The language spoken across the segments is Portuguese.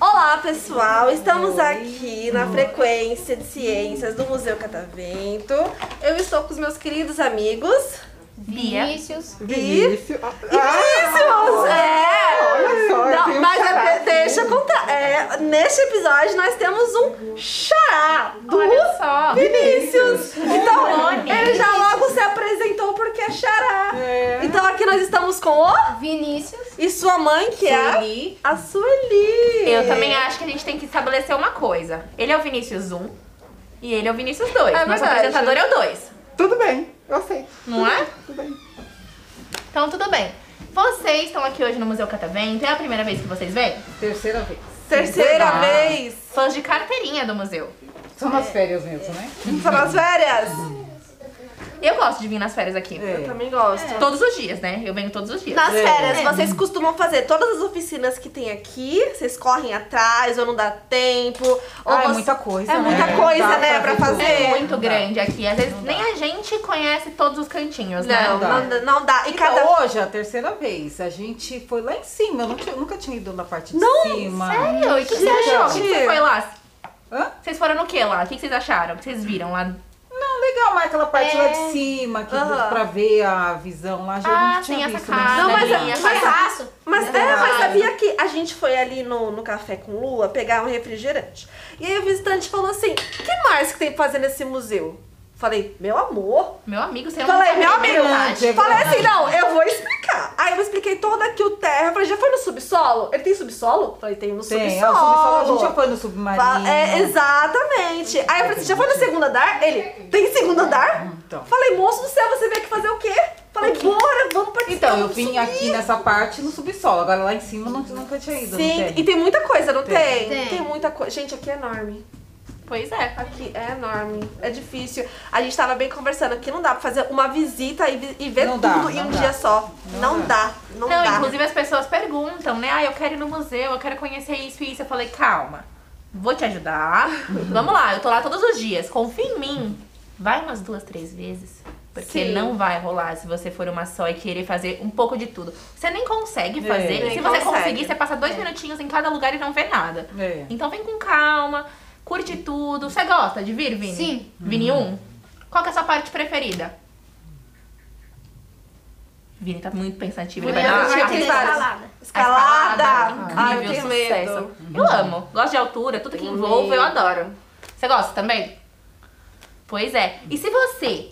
Olá pessoal, estamos aqui na frequência de ciências do Museu Catavento. Eu estou com os meus queridos amigos. Vinícius. Vinícius. Ah, Vinícius! É! olha só, eu Não, tenho mas um xará é- aqui. deixa eu contar. É, neste episódio nós temos um xará do Olha só. Vinícius. Então, Nome. ele já logo se apresentou porque é xará. Então aqui nós estamos com o Vinícius. e sua mãe, que é a, a Sueli. Eu também acho que a gente tem que estabelecer uma coisa. Ele é o Vinícius 1 e ele é o Vinícius 2. É Nosso verdade. apresentador é o 2, Tudo bem, eu aceito. não é? Tudo bem. Então, tudo bem. Vocês estão aqui hoje no Museu Catavento. É a primeira vez que vocês vêm? Terceira vez. Tá. Terceira Ah. vez. Fãs de carteirinha do museu. Só nas férias mesmo, né? Só nas férias? Eu gosto de vir nas férias aqui. É. Eu também gosto. Todos os dias, né? Eu venho todos os dias. É. Nas férias, vocês costumam fazer todas as oficinas que tem aqui? Vocês correm atrás ou não dá tempo? Ou Ah, é você- muita coisa, É né? muita Não coisa, dá né, pra pra fazer. É muito grande aqui. Às vezes Não dá. nem a gente conhece todos os cantinhos, né? Não, Não dá. não, dá- não dá. E Então, cada um- hoje é a terceira vez. A gente foi lá em cima. Eu não tinha- nunca tinha ido na parte de cima. Sério? E o que, que você achou? O que, que você Gente. foi lá? Hã? Vocês foram no que lá? O que, que vocês acharam? O que vocês viram lá? Não, legal, mas aquela parte lá de cima, que É. Aham. pra ver a visão lá, já Ah, não tinha tem a visto. né? sacada Não, é Não, mas, é ali, mas, essa mas, Não é, mas dá. sabia que a gente foi ali no, no Café com Lua pegar um refrigerante. E aí o visitante falou assim: que mais que tem pra fazer nesse museu? Falei, meu amor. Meu amigo, você é um Falei, meu amigo. verdade, é Falei assim: verdade. não, eu vou explicar. Aí eu expliquei toda aqui o terra. Falei, já foi no subsolo? Ele tem subsolo? Falei, tem no tem, é, o subsolo. subsolo, a gente já foi no submarino. Fa- É, exatamente. Aí eu falei assim, já foi no segundo andar? Ele, tem segundo andar? Então. Falei, moço do céu, você veio aqui fazer o quê? Falei, bora, vamos participar. Então, eu vamos vim subir. aqui nessa parte no subsolo. Agora lá em cima eu não- nunca tinha ido. Sim, não e tem? tem muita coisa, não tem? Tem. Tem, Tem. muita coisa. Gente, aqui é enorme. Pois é. Aqui é enorme. É difícil. A gente tava bem conversando aqui, não dá pra fazer uma visita e, vi- e ver Não tudo dá, em não um dá. dia só. Não, Não dá. não Não, dá. Então, inclusive as pessoas perguntam, né? Ah, eu quero ir no museu, eu quero conhecer isso e isso. Eu falei, calma, vou te ajudar. Vamos lá, eu tô lá todos os dias, confia em mim. Vai umas duas, três vezes. Porque Sim. não vai rolar se você for uma só e querer fazer um pouco de tudo. Você nem consegue É. fazer. Nem se você consegue. conseguir, você passa dois minutinhos em cada lugar e não vê nada. É. Então vem com calma, curte tudo. Você gosta de vir, Vini? Sim. Vini 1? Qual que é a sua parte preferida? Vini tá muito pensativo. Ele vai Mulher dar do uma Jardim da várias. Escalada. Escalada. Ai, eu Incrível, tenho sucesso. medo. Eu amo. Gosto de altura, tudo que envolve, eu adoro. Você gosta também? Pois é. E se você,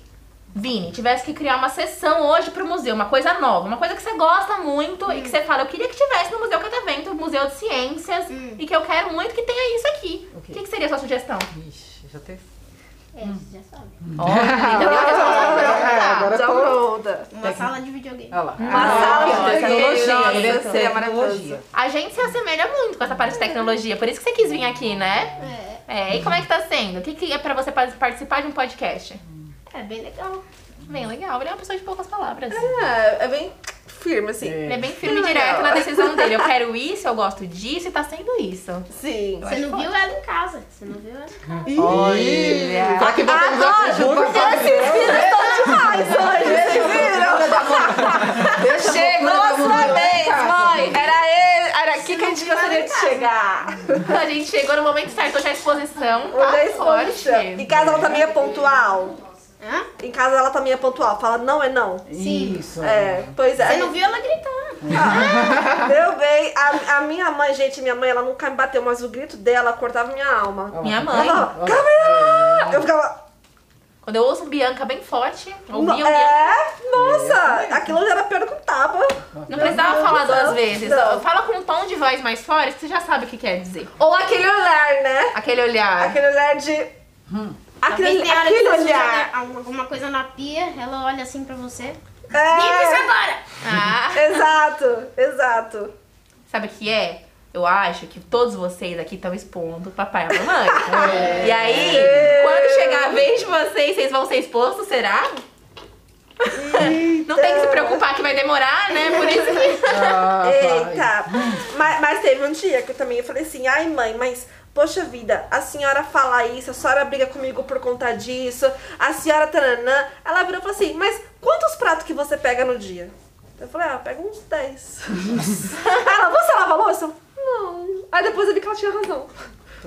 Vini, tivesse que criar uma sessão hoje pro museu, uma coisa nova, uma coisa que você gosta muito e Hum. que você fala, eu queria que tivesse no Museu Catavento, Museu de Ciências, Hum. e que eu quero muito que tenha isso aqui. O Ok. que, que seria a sua sugestão? Ixi, já teve. É, você já sabe. Ó, Vini, já deu a resposta pronta. É, agora Tá eu tô... pronta. Uma sala de videogame. Olha lá. Uma sala de tecnologia, ele é videogame. Nossa, é maravilhoso. tecnologia. A gente se assemelha muito com essa parte de tecnologia, por isso que você quis vir aqui, né? É, É, e como é que tá sendo? O que, que é pra você pa- participar de um podcast? é bem legal. Bem legal, ele é uma pessoa de poucas palavras. É, é bem firme, assim. Ele é bem firme e Legal. direto na decisão dele. Eu quero isso, eu gosto disso e tá sendo isso. Sim. Você não viu ela em casa. Você não viu ela em casa. Olha. Será que botamos Adoro, esse um jogo pra fazer? Demais hoje, vocês viram? Chegou a sua vez, mãe. Era, ele, era aqui que a gente gostaria de chegar. Ah, A gente chegou no momento certo, hoje a exposição tá Hoje é exposição. Em forte. casa ela também é pontual. Hã? Em casa ela também é pontual. Fala não é não. Sim. Isso. É, pois é. Você não Ah. viu ela gritando. Meu bem, a, a minha mãe, gente, minha mãe, ela nunca me bateu, mas o grito dela cortava minha alma. Minha Ela mãe, falava, Camila! Eu ficava, quando eu ouço Bianca bem forte, "No- ouvia o Bianca. é? Nossa! Aquilo já era um perguntava. Não precisava Não, falar duas não, vezes. não. Fala com um tom de voz mais forte, que você já sabe o que quer dizer. Ou aquele olhar, né? Hum. Aquele olhar. Aquele olhar de. Aquele, Talvez tenha hora que aquele você olhar. joga alguma- alguma coisa na pia, ela olha assim pra você. Limpa isso É, agora! Ah, exato, exato. sabe o que é? Eu acho que todos vocês aqui estão expondo papai e mamãe. É. E aí, quando chegar a vez de vocês, vocês vão ser expostos, será? Não tem que se preocupar que vai demorar, né? Por isso que... Ah, vai. Eita! Mas, mas teve um dia que eu também falei assim, ai mãe, mas Poxa vida, a senhora fala isso, a senhora briga comigo por conta disso, a senhora tananã. Ela virou e falou assim, mas quantos pratos que você pega no dia? Eu falei, ah, pega uns 10. ela, você lava a louça? Eu, Não. Aí depois eu vi que ela tinha razão.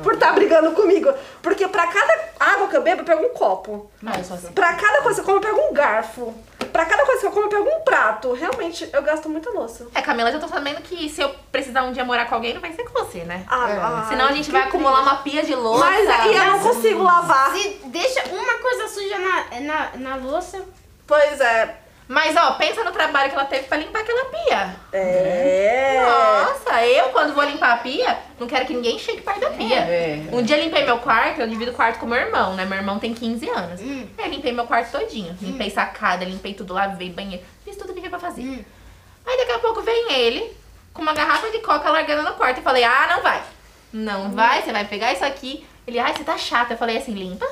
Por estar brigando comigo. Porque pra cada água que eu bebo, eu pego um copo. Não, eu sou assim. Pra cada coisa que eu como, eu pego um garfo. Pra cada coisa que eu como, eu pego um prato. Realmente, eu gasto muita louça. É, Camila, já tô sabendo que se eu precisar um dia morar com alguém, não vai ser com você, né? Ah, É. ah, Senão a gente vai que acumular uma pia de louça. Mas aí é- eu não consigo lavar. Se deixa uma coisa suja na, na, na louça. Pois é. Mas, ó, pensa no trabalho que ela teve pra limpar aquela pia. É. Nossa, eu quando vou limpar a pia, não quero que ninguém chegue perto da pia. É. Um dia limpei meu quarto, eu divido o quarto com meu irmão, né? Meu irmão tem 15 anos. Hum. Aí limpei meu quarto Hum. todinho. Limpei sacada, limpei tudo, lavei banheiro. Fiz tudo que tinha pra fazer. Hum. Aí daqui a pouco vem ele com uma garrafa de coca largando no quarto. Eu falei, ah, não vai. Não Hum. vai, você vai pegar isso aqui. Ele, ai, você tá chata. Eu falei assim, limpa.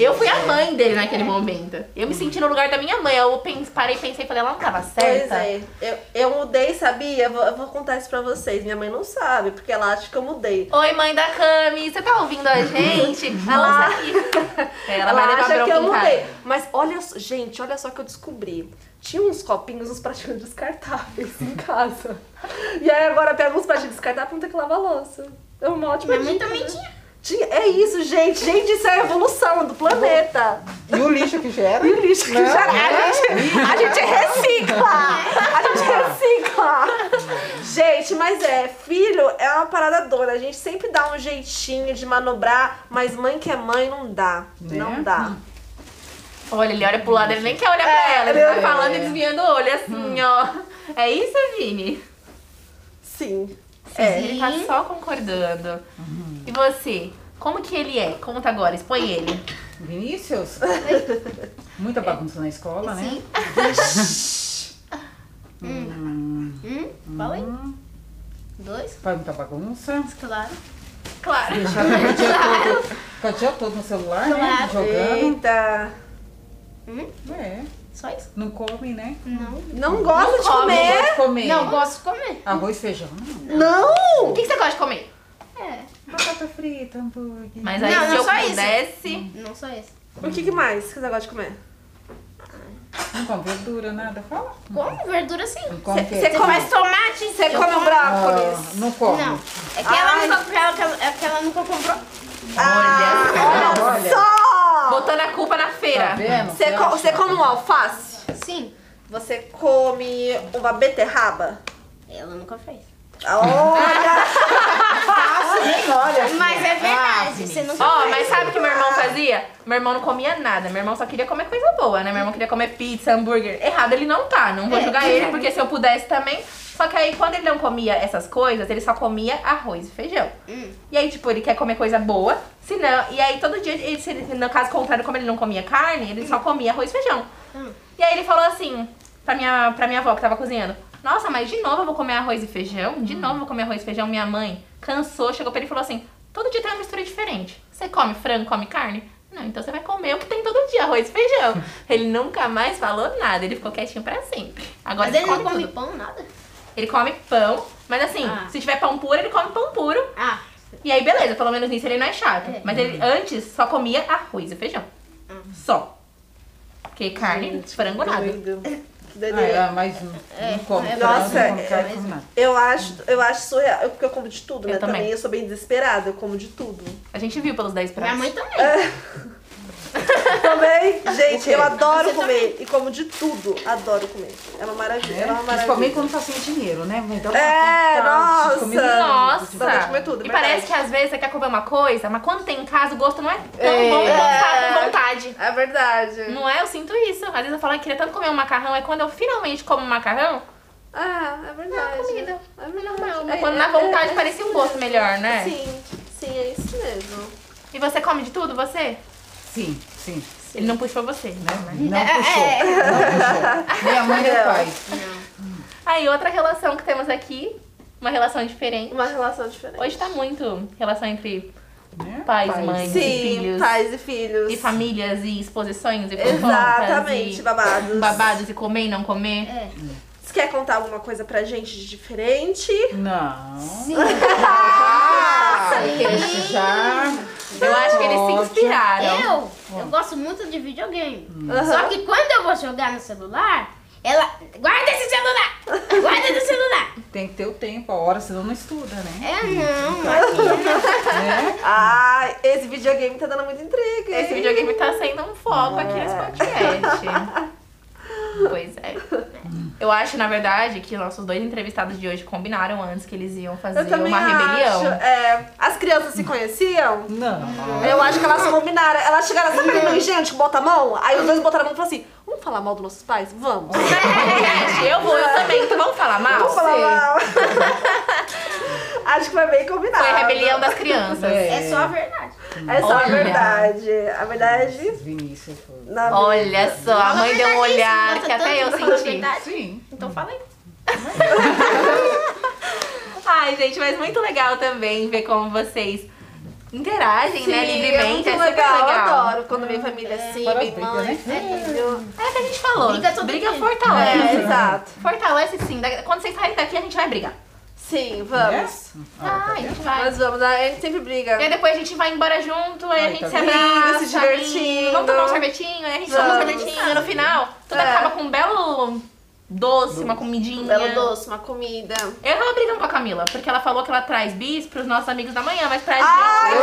Eu fui a mãe dele naquele momento. Eu me senti no lugar da minha mãe. Eu pens- parei, pensei, falei, ela não tava Pois certa. é. Eu, eu mudei, sabia? Eu vou, eu vou contar isso pra vocês. Minha mãe não sabe, porque ela acha que eu mudei. Oi, mãe da Cami, você tá ouvindo a gente? Ela, ela, vai levar acha bronca que eu em casa. mudei. Mas olha, só- gente, olha só que eu descobri. Tinha uns copinhos, uns pratinhos descartáveis em casa. E aí agora pega uns pratinhos descartáveis pra não ter que lavar a louça. É uma ótima Minha mãe dica, também né? tinha. Tinha- É isso, gente. Gente, isso é a evolução do planeta. E o lixo que gera? E o lixo que Não, gera. A gente, a gente recicla! A gente recicla! Gente, mas é, filho é uma parada dona. A gente sempre dá um jeitinho de manobrar, mas mãe que é mãe não dá. Não dá. Olha, ele olha pro lado, ele nem quer olhar pra ela. Ele tá falando e desviando o olho, assim, ó. É isso, Vini? Sim. É. Ele tá só concordando. E você? Como que ele é? Conta agora, expõe ele. Vinícius? Muita bagunça na escola, né? Hum. Fala aí. Dois, Faz muita bagunça. claro. Claro. Fica o dia todo no celular, né? Claro. Jogando. Eita. É. Só isso? Não come, né? Não. Não gosta de come. comer. Gosta de comer. Não, gosto de comer. Arroz, feijão, né? não. O que, que você gosta de comer? É. Batata frita, hambúrguer. Mas aí Não, se não eu só isso. pudesse... Não só isso. O que, que mais que você gosta de comer? Não come verdura, nada. Fala. Como? Verdura sim. Não come o quê? Você Você come- faz tomate? Você come um o brócolis? Ah, não come. Não. É que ela, Ai. não, comprou- ela- ela- é que ela nunca comprou. Ah, Não, olha. Só! Botando a culpa na Tá feira. vendo? Você, co- você come um alface? Sim. Você come uma beterraba? Ela nunca fez. Olha! Mas é verdade. você nunca Ah, Ó, fez. mas sabe o que meu irmão fazia? Meu irmão não comia nada. Meu irmão só queria comer coisa boa, né? Meu irmão queria comer pizza, hambúrguer. Errado ele não tá. Não vou É, julgar é. ele, porque se eu pudesse também. Só que aí, quando ele não comia essas coisas, ele só comia arroz e feijão. E aí, tipo, ele quer comer coisa boa, senão. E aí, todo dia, ele, se ele- no caso contrário, como ele não comia carne, ele só comia arroz e feijão. Hum. E aí, ele falou assim pra minha, pra minha avó que tava cozinhando: Nossa, mas de novo eu vou comer arroz e feijão? Hum. De novo eu vou comer arroz e feijão? Minha mãe cansou, chegou pra ele e falou assim: Todo dia tem uma mistura diferente. Você come frango, come carne? Não, então você vai comer o que tem todo dia, arroz e feijão. ele nunca mais falou nada, ele ficou quietinho pra sempre. Agora Mas ele não come come tudo. pão, nada. Ele come pão, mas assim, Ah. se tiver pão puro, ele come pão puro. Ah, E aí, beleza, pelo menos nisso ele não é chato. É. Mas ele antes só comia arroz e feijão. Uhum. Só. Porque carne, frango, nada. Doido. Que Ah, doideira. é, mas não, não come. é Não verdade. come carne, não come nada. Eu acho, eu acho surreal, eu- porque eu como de tudo, Eu né? Também. também. eu sou bem desesperada, eu como de tudo. A gente viu pelos 10 pratos. minha mãe também. Também, gente, eu adoro Você comer e como de tudo, adoro comer. É uma maravilha, é, uma Principalmente maravilha. quando tá sem dinheiro, né? Vai dar uma É, vontade de comer nossa. tudo. tipo, Nossa! Dá tipo, pra comer tudo, é e verdade. parece que às vezes você quer comer uma coisa, mas quando tem em casa o gosto não é tão É. bom quanto tá com vontade. É verdade. Não é? Eu sinto isso. Às vezes eu falo, "Ai, queria tanto comer um macarrão, aí quando eu finalmente como um macarrão, Ah, é verdade. comida. É melhor é, quando na vontade parecia um gosto melhor, né? Sim, sim, é isso mesmo. E você come de tudo, você? tipo, Sim, sim. Ele não puxou você, né? É, Não puxou. Não puxou. Nem a mãe nem o pai. Aí, outra relação que temos aqui, uma relação diferente. Uma relação diferente. Hoje tá muito relação entre Né? pais, Pais. mães, Sim, e filhos. pais e filhos. E famílias, e exposições, e fofocas, Exatamente, e babados. babados, e comer e não comer. É. Você quer contar alguma coisa pra gente de diferente? Não. Sim. Ah, Ah, esse já. Eu é acho que eles se inspiraram. Eu, eu gosto muito de videogame. Aham. Só que quando eu vou jogar no celular, ela. Guarda esse celular! Guarda do celular! Tem que ter o tempo, a hora, senão não estuda, né? É, não, imagina. Né? Ah, esse videogame tá dando muita intriga. hein? Esse videogame tá sendo um foco aqui É. nesse podcast. pois é. Eu acho, na verdade, que nossos dois entrevistados de hoje combinaram antes que eles iam fazer Eu também uma rebelião. acho. É, as crianças se conheciam? Né? Não. Eu acho que elas combinaram. Elas chegaram, sabe aquele não engenho que bota a mão? Aí os dois botaram a mão e falaram assim: vamos falar mal dos nossos pais? Vamos. Gente, É eu vou, eu também. Então vamos falar mal? É. Vamos falar mal. acho que foi bem combinado. Foi a rebelião das crianças. É só a verdade. É só a Olha. verdade. A verdade. Vinícius foi. Na Olha só, a Fala mãe deu um verdade, olhar isso, que até eu tanto fala senti. verdade. Sim. Então fala aí. Ai, gente, mas muito legal também ver como vocês interagem, né? é Livremente. muito É, super legal. legal. Eu adoro quando minha família é assim, Fora as minha brigas, mãe, né? filho. É o que a gente falou. Briga todo Briga dia. É, fortalece. exato. Fortalece sim. Da- Quando vocês saírem daqui, a gente vai brigar. Sim, vamos. Né? Ah, a gente vai. Nós vamos, a gente sempre briga. E aí depois a gente vai embora junto, aí a Ai, gente tá se vendo? abraça, Se divertindo. amigo, Vamos tomar um sorvetinho, aí a gente toma um Vamos. sorvetinho. No final, tudo É. acaba com um belo doce, uma comidinha. Um belo doce, uma comida. Eu tava brigando com a Camila, porque ela falou que ela traz bis pros nossos amigos da manhã, mas pra Ai, gente.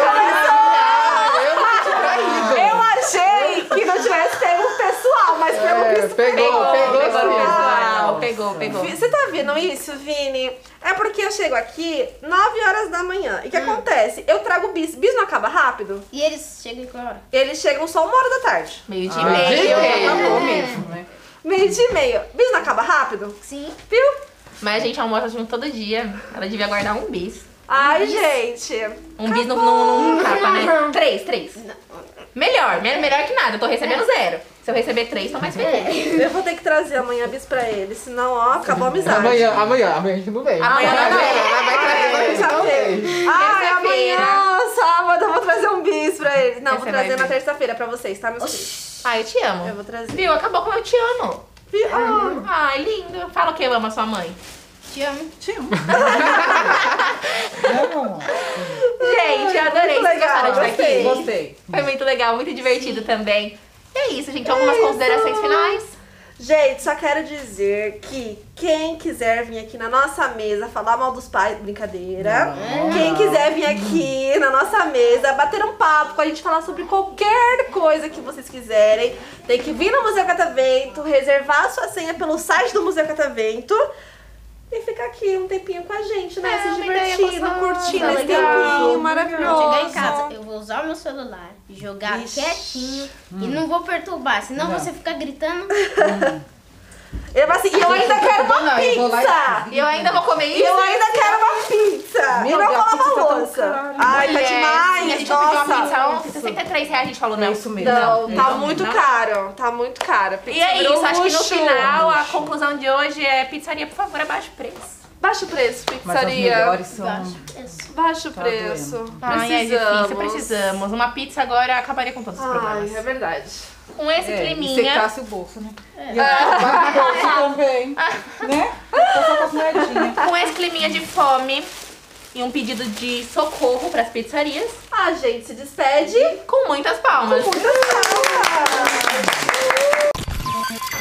Eu achei que não tivesse pego pessoal, mas pegou É, visto pegou, pegou, pegou, sim. pessoal, pegou, pegou. Vi- Você tá vendo isso, Vini? É porque eu chego aqui 9 horas da manhã. E o que Hum. acontece? Eu trago bis. Bis não acaba rápido? E eles chegam e hora? Eles chegam só uma hora da tarde. Meio de Ah, meio. gente, acabou mesmo, né? Meio dia e meio. Bis não acaba rápido? Sim. Viu? Mas a gente almoça junto todo dia. Ela devia guardar um bis. Ai, gente. Um bis não, não, não tapa, né? Três, três. Melhor, me- melhor que nada. Eu tô recebendo zero. Se eu receber três, tô mais feliz. Eu vou ter que trazer amanhã bis pra ele, senão, ó, acabou a amizade. Amanhã, amanhã, amanhã a gente não vem. Ah, Amanhã não vem. Ai, Amanhã não vem. Ai, Terça-feira. amanhã, sábado, eu vou trazer um bis pra ele. Não, Aí vou você vai trazer na ver. terça-feira pra vocês, tá, meus filhos? Ai, Ah, eu te Eu amo. vou trazer. Viu? Acabou com eu te amo. Vi- Ah, Ai, lindo. Fala que eu amo a sua mãe. Te amo. Tinha um. tá Gente, eu adorei. Muito Vocês gostaram de legal, estar aqui? Gostei. Foi muito legal, muito divertido também. E é isso, gente. Algumas considerações finais? Gente, só quero dizer que quem quiser vir aqui na nossa mesa falar mal dos pais, brincadeira. Quem quiser vir aqui na nossa mesa bater um papo com a gente, falar sobre qualquer coisa que vocês quiserem, tem que vir no Museu Catavento, reservar a sua senha pelo site do Museu Catavento. E ficar aqui um tempinho com a gente, né? É, Se uma ideia divertindo, gostosa, Tá curtindo esse legal. tempinho Quando maravilhoso. chegar em casa, eu vou usar o meu celular, jogar Ixi. Hum. quietinho e não vou perturbar, senão você fica gritando. Ele vai assim, e eu ainda quero uma Não, eu vou lá e- pizza! E eu ainda vou comer E isso? eu ainda quero uma pizza! é assim. Meu e não Deus, a pizza falava tá tão louça. cara. Ai, tá Mulher, demais! A gente nossa. pediu uma pizza ontem, 63 reais, a gente falou, não. É isso mesmo. Não, Não, tá não, muito não. caro. Tá muito caro. Pizza E é virou isso, acho que no luxo. final a conclusão de hoje é pizzaria, por favor, abaixa o preço. Baixa o preço, Mas as pizzaria. melhores são. Baixo preço. Baixa o Tá preço. Ai, é difícil, precisamos. Uma pizza agora acabaria com todos os Ai, é problemas. verdade. Com esse É, e climinha, secasse o bolso, né? E eu o bolso também. Né? Eu tô só com a moedinha. com esse climinha de fome e um pedido de socorro pras pizzarias, A gente se despede. com muitas palmas. Muitas palmas.